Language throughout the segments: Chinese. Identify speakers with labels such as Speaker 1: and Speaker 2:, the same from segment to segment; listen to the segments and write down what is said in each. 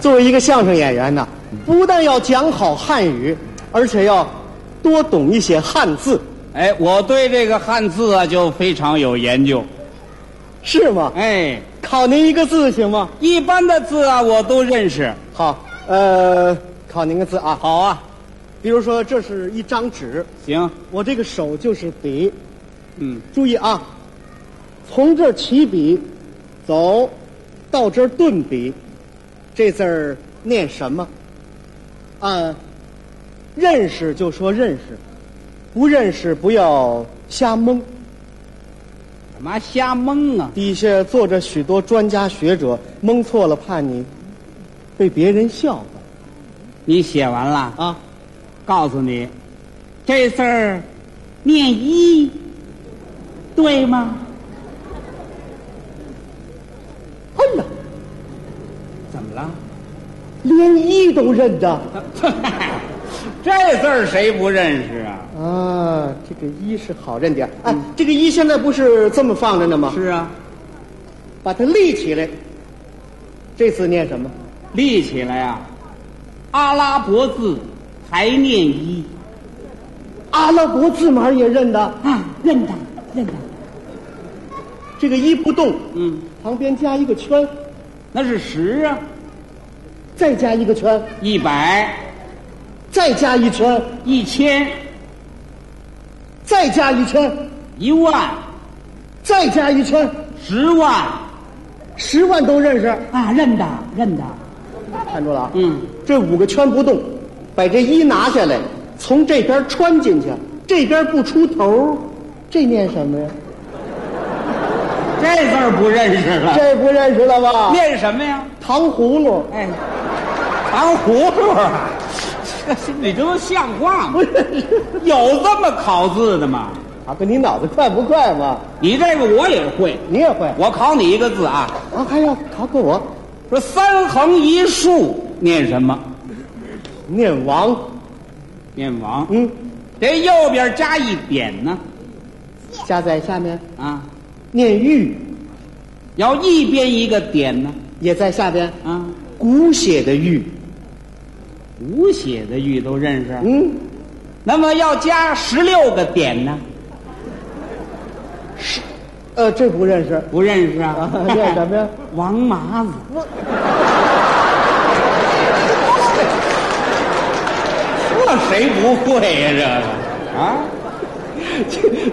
Speaker 1: 作为一个相声演员呢，不但要讲好汉语，而且要多懂一些汉字，
Speaker 2: 哎，我对这个汉字啊就非常有研究。
Speaker 1: 是吗？
Speaker 2: 哎，
Speaker 1: 考您一个字行吗？
Speaker 2: 一般的字啊我都认识。
Speaker 1: 好，呃，考您个字啊。
Speaker 2: 好啊，
Speaker 1: 比如说，这是一张纸，
Speaker 2: 行，
Speaker 1: 我这个手就是笔，
Speaker 2: 嗯，
Speaker 1: 注意啊，从这儿起笔，走，到这儿顿笔，这字儿念什么？啊，认识就说认识，不认识不要瞎蒙。
Speaker 2: 干嘛瞎蒙啊？
Speaker 1: 底下坐着许多专家学者，蒙错了怕你被别人笑话
Speaker 2: 你写完了，
Speaker 1: 啊。
Speaker 2: 告诉你，这字儿念一，对吗？
Speaker 1: 哎呀，
Speaker 2: 怎么了？
Speaker 1: 连一都认得
Speaker 2: 这字儿谁不认识啊？
Speaker 1: 啊！这个一是好认点儿。哎，这个一现在不是这么放着呢吗？
Speaker 2: 嗯是啊，
Speaker 1: 把它立起来。这字念什么？
Speaker 2: 立起来啊，阿拉伯字还念一
Speaker 1: 阿拉伯字母儿也认得。
Speaker 2: 啊，认得认得。
Speaker 1: 这个一不动，
Speaker 2: 嗯，
Speaker 1: 旁边加一个圈，
Speaker 2: 那是十啊，
Speaker 1: 再加一个圈，
Speaker 2: 一百、
Speaker 1: 再加一圈，
Speaker 2: 一千、
Speaker 1: 再加一圈，
Speaker 2: 一万、
Speaker 1: 再加一圈，
Speaker 2: 十万
Speaker 1: 十万都认识。
Speaker 2: 啊，认得认得。
Speaker 1: 看住了啊！
Speaker 2: 嗯，
Speaker 1: 这五个圈不动，把这一拿下来，从这边穿进去，这边不出头，这念什么呀？
Speaker 2: 这字儿不认识了，
Speaker 1: 这不认识了吧？
Speaker 2: 啊念什么呀？
Speaker 1: 糖葫芦
Speaker 2: 哎，糖葫芦啊！你这不像话吗
Speaker 1: 不？认识
Speaker 2: 有这么考字的吗？
Speaker 1: 啊？不，你脑子快不快嘛？
Speaker 2: 你这个我也会，
Speaker 1: 你也会
Speaker 2: 我考你一个字啊，
Speaker 1: 啊？还要考考我？
Speaker 2: 说三横一竖念什么？
Speaker 1: 念王，
Speaker 2: 念王。
Speaker 1: 嗯，
Speaker 2: 这右边加一点呢，
Speaker 1: 加在下面。
Speaker 2: 啊，
Speaker 1: 念玉
Speaker 2: 要一边一个点呢，
Speaker 1: 也在下边，
Speaker 2: 啊，
Speaker 1: 骨血的玉，
Speaker 2: 无写的玉都认识。啊
Speaker 1: 嗯，
Speaker 2: 那么要加十六个点呢，
Speaker 1: 呃，这不认识。
Speaker 2: 不认识 啊？
Speaker 1: 念什么呀？
Speaker 2: 王麻子。这谁不会呀、这个啊，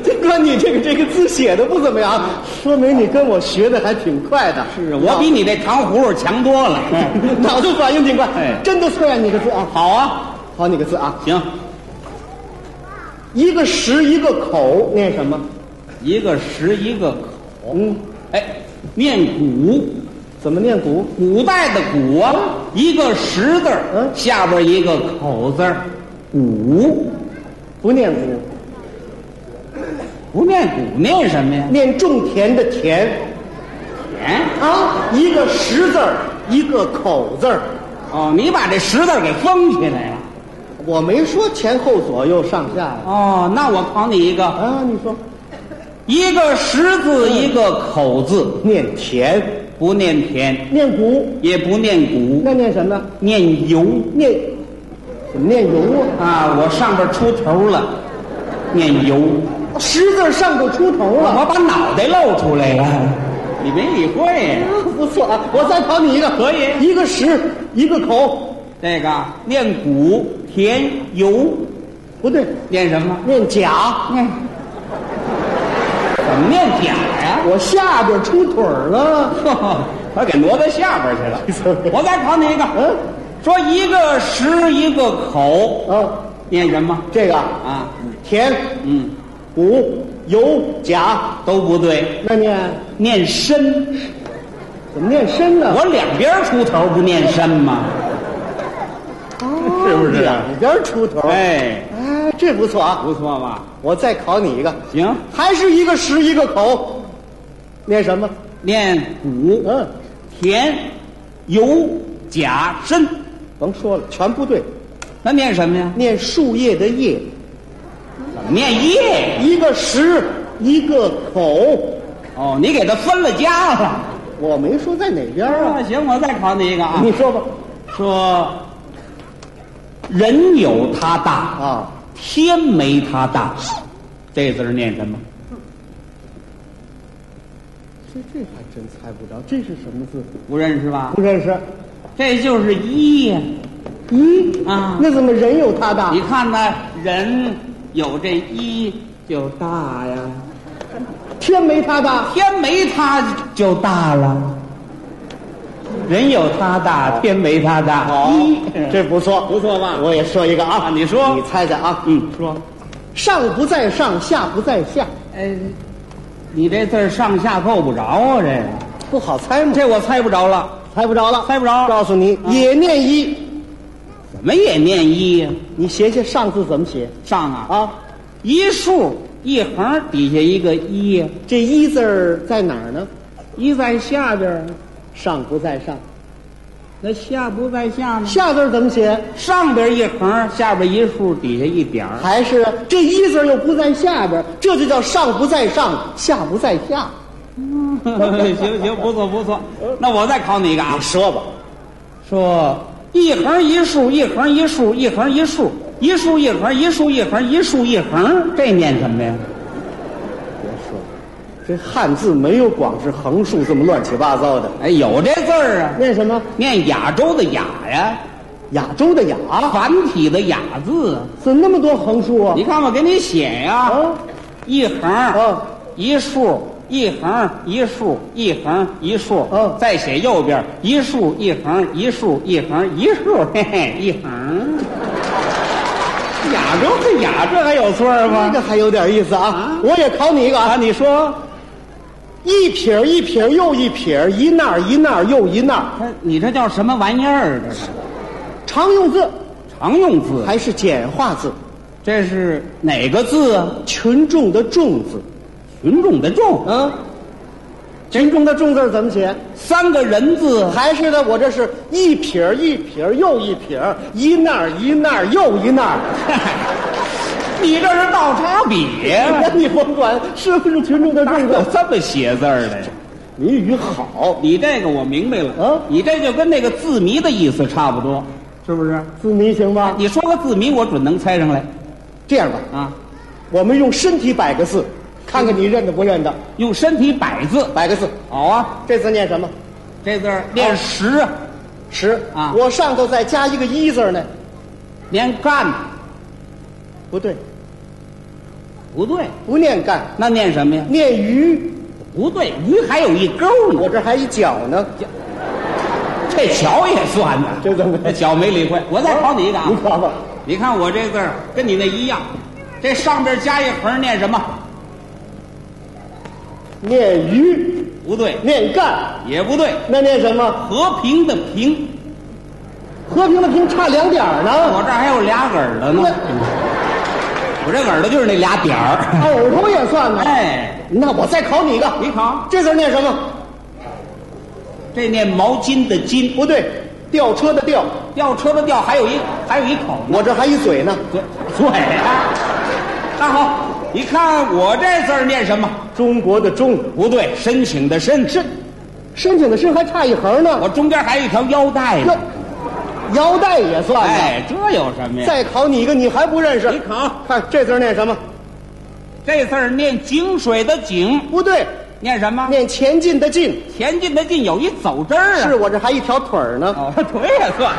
Speaker 1: 这哥，你这个这个字写的不怎么样，说明你跟我学的还挺快的。
Speaker 2: 是啊我比你这糖葫芦强多了。
Speaker 1: 脑子反应挺快，
Speaker 2: 哎
Speaker 1: 真的测验你个字啊！
Speaker 2: 好啊，
Speaker 1: 好，你个字啊，
Speaker 2: 行，
Speaker 1: 一个十一个口，念什么？
Speaker 2: 一个十一个口，
Speaker 1: 嗯，
Speaker 2: 哎，念古，
Speaker 1: 怎么念古？
Speaker 2: 古代的古啊，一个十字儿，
Speaker 1: 嗯
Speaker 2: 下边一个口字儿，古，
Speaker 1: 不念古，
Speaker 2: 不念古念什么呀？哎
Speaker 1: 念种田的田
Speaker 2: 田。
Speaker 1: 啊，一个十字儿，一个口字儿。
Speaker 2: 哦，你把这十字儿给封起来了。
Speaker 1: 我没说前后左右上下呀。
Speaker 2: 哦，那我考你一个，
Speaker 1: 啊，你说
Speaker 2: 一个十字，一个口字，
Speaker 1: 念田，
Speaker 2: 不念田，
Speaker 1: 念古，
Speaker 2: 也不念古，
Speaker 1: 那念什么？
Speaker 2: 念油
Speaker 1: 念怎么念油啊？
Speaker 2: 啊！我上边出头了，念油，
Speaker 1: 十字上头出头了。
Speaker 2: 我把脑袋露出来了，你没理会呀、
Speaker 1: 不错啊，我再考你一个，
Speaker 2: 可以
Speaker 1: 一个十，一个口，
Speaker 2: 这个念古田油，
Speaker 1: 不对，
Speaker 2: 念什么？
Speaker 1: 念甲，
Speaker 2: 念怎么念甲呀、
Speaker 1: 我下边出腿儿了，
Speaker 2: 我给挪到下边去了。我再考你一个，
Speaker 1: 嗯，
Speaker 2: 说一个十，一个口，
Speaker 1: 啊，
Speaker 2: 念什么？
Speaker 1: 这个
Speaker 2: 啊，
Speaker 1: 田，
Speaker 2: 嗯，
Speaker 1: 骨、油、甲，
Speaker 2: 都不对，
Speaker 1: 那念
Speaker 2: 念身。
Speaker 1: 怎么念身呢？
Speaker 2: 我两边出头不念身吗？是不是
Speaker 1: 哦两边出头，哎，
Speaker 2: 哎，
Speaker 1: 这不错啊，
Speaker 2: 不错吧？
Speaker 1: 我再考你一个，
Speaker 2: 行，
Speaker 1: 还是一个十，一个口，念什么？
Speaker 2: 念古、
Speaker 1: 嗯，
Speaker 2: 田、油、甲、身，
Speaker 1: 甭说了，全不对，
Speaker 2: 那念什么呀？
Speaker 1: 念树叶的叶，
Speaker 2: 怎么念叶？
Speaker 1: 一个十，一个口，
Speaker 2: 哦，你给他分了家了。
Speaker 1: 我没说在哪边儿啊。
Speaker 2: 哎啊，行，我再考你一个啊。
Speaker 1: 你说吧，
Speaker 2: 说人有他大
Speaker 1: 啊，
Speaker 2: 天没他大，这字儿念什么？
Speaker 1: 这这还真猜不着，这是什么字？
Speaker 2: 不认识吧
Speaker 1: 不？认识。
Speaker 2: 这就是一呀。
Speaker 1: 咦
Speaker 2: 啊
Speaker 1: 那怎么人有他大
Speaker 2: 你？看呢，人有这一就大呀，
Speaker 1: 天没他大？
Speaker 2: 天没他就大了。人有他大，天没他大。一
Speaker 1: 这不错，
Speaker 2: 不错吧
Speaker 1: 我也说一个啊，
Speaker 2: 啊你说
Speaker 1: 你猜猜啊？
Speaker 2: 嗯，说，
Speaker 1: 上不在上，下不在下，
Speaker 2: 哎，你这字儿上下够不着啊，这个。
Speaker 1: 不好猜嘛。
Speaker 2: 这我猜不着了，
Speaker 1: 猜不着了，啊
Speaker 2: 猜不着
Speaker 1: 告诉你，也念一，
Speaker 2: 怎么也念一呀？
Speaker 1: 你写写上字怎么写
Speaker 2: 上啊啊，
Speaker 1: 啊？
Speaker 2: 一竖一横底下一个一呀，
Speaker 1: 这一字儿在哪儿呢？
Speaker 2: 一在下边儿，
Speaker 1: 上不在上，
Speaker 2: 那下不在下呢？
Speaker 1: 下字儿怎么写？
Speaker 2: 上边一横，下边一竖，底下一点儿。
Speaker 1: 还是这一字儿又不在下边儿，这就叫上不在上，下不在下。
Speaker 2: 行行，不错不错。那我再考你一个啊，
Speaker 1: 说吧，
Speaker 2: 说一横一竖，一横一竖，一横一竖，一竖一横，一竖一横，一竖一横，这念什么呀？
Speaker 1: 别说了，这汉字没有光是横竖这么乱七八糟的。
Speaker 2: 哎，有这字儿啊，
Speaker 1: 念什么？
Speaker 2: 念亚洲的亚呀，
Speaker 1: 亚洲的亚，
Speaker 2: 繁体的雅字。
Speaker 1: 怎么那么多横竖啊
Speaker 2: 你？看我给你写呀、
Speaker 1: 啊，
Speaker 2: 一横，
Speaker 1: 啊
Speaker 2: 一竖，一横，一竖，一横，一竖，
Speaker 1: 啊
Speaker 2: 再写右边一竖，一横，一竖，一横，一竖，嘿嘿，一横。 雅洲这雅，这还有错儿
Speaker 1: 这
Speaker 2: 吗？
Speaker 1: 个还有点意思啊
Speaker 2: 啊！
Speaker 1: 我也考你一个啊
Speaker 2: 啊，，你说，
Speaker 1: 一撇儿一撇儿又一撇儿，一捺儿一捺儿又一捺儿，
Speaker 2: 他你这叫什么玩意儿？这是
Speaker 1: 常用字
Speaker 2: 常用字，
Speaker 1: 还是简化字？
Speaker 2: 这是哪个字啊？
Speaker 1: 群众的众字
Speaker 2: 群众的众，
Speaker 1: 啊，群众的众字儿怎么写？
Speaker 2: 三个人字，
Speaker 1: 还是呢，我这是一撇儿一撇儿又一撇儿，一捺儿一捺儿又一捺儿。
Speaker 2: 你这是倒插笔呀、
Speaker 1: 那 你甭管是不是群众的 众
Speaker 2: 哎有
Speaker 1: 字，
Speaker 2: 这么写字儿的呀？
Speaker 1: 谜语好，
Speaker 2: 你这个我明白了，
Speaker 1: 啊
Speaker 2: 你这就跟那个字谜的意思差不多，嗯是不是？
Speaker 1: 字谜行吗？
Speaker 2: 你说个字谜，我准能猜上来
Speaker 1: 这样吧，
Speaker 2: 啊！
Speaker 1: 我们用身体摆个字，看看你认得不认得。
Speaker 2: 用身体摆字，
Speaker 1: 摆个字，
Speaker 2: 好啊！
Speaker 1: 这字念什么？
Speaker 2: 这字儿连石，
Speaker 1: 十
Speaker 2: 啊
Speaker 1: 我上头再加一个一字儿呢，
Speaker 2: 连干，
Speaker 1: 不对，
Speaker 2: 不对，
Speaker 1: 不念干，
Speaker 2: 那念什么呀？
Speaker 1: 念鱼，
Speaker 2: 不对，鱼还有一钩
Speaker 1: 我
Speaker 2: 呢，
Speaker 1: 这还一脚呢。
Speaker 2: 这桥也算呢，
Speaker 1: 这怎么
Speaker 2: 这桥没理会。我再考你一个啊！
Speaker 1: 你瞧吧，
Speaker 2: 你看我这字儿跟你那一样，这上边加一横念什么？
Speaker 1: 念鱼，
Speaker 2: 不对，
Speaker 1: 念干，
Speaker 2: 也不对，
Speaker 1: 那念什么？
Speaker 2: 和平的平，
Speaker 1: 和平的平差两点儿
Speaker 2: 我
Speaker 1: 呢，
Speaker 2: 这儿还有俩耳朵呢，我这耳朵就是那俩点儿。
Speaker 1: 耳朵也算呢。
Speaker 2: 哎，
Speaker 1: 那我再考你一个，
Speaker 2: 你考
Speaker 1: 这字念什么？
Speaker 2: 这念毛巾的巾，
Speaker 1: 不对，吊车的吊，
Speaker 2: 吊车的吊，还有一还有一口呢，
Speaker 1: 我这还一嘴呢。
Speaker 2: 嘴嘴啊。那好，你看我这字儿念什么？
Speaker 1: 中国的中，
Speaker 2: 不对，申请的申，
Speaker 1: 申，申请的申还差一横呢。
Speaker 2: 我中间还有一条腰带呢
Speaker 1: 哟。，腰带也算呢。
Speaker 2: 哎，这有什么呀？
Speaker 1: 再考你一个，你还不认识？
Speaker 2: 你考
Speaker 1: 看这字念什么？
Speaker 2: 这字儿念井水的井，
Speaker 1: 不对，
Speaker 2: 念什么？
Speaker 1: 念前进的进。
Speaker 2: 前进的进有一走之儿啊。
Speaker 1: 是我这还一条腿儿呢。
Speaker 2: 哦，腿也算。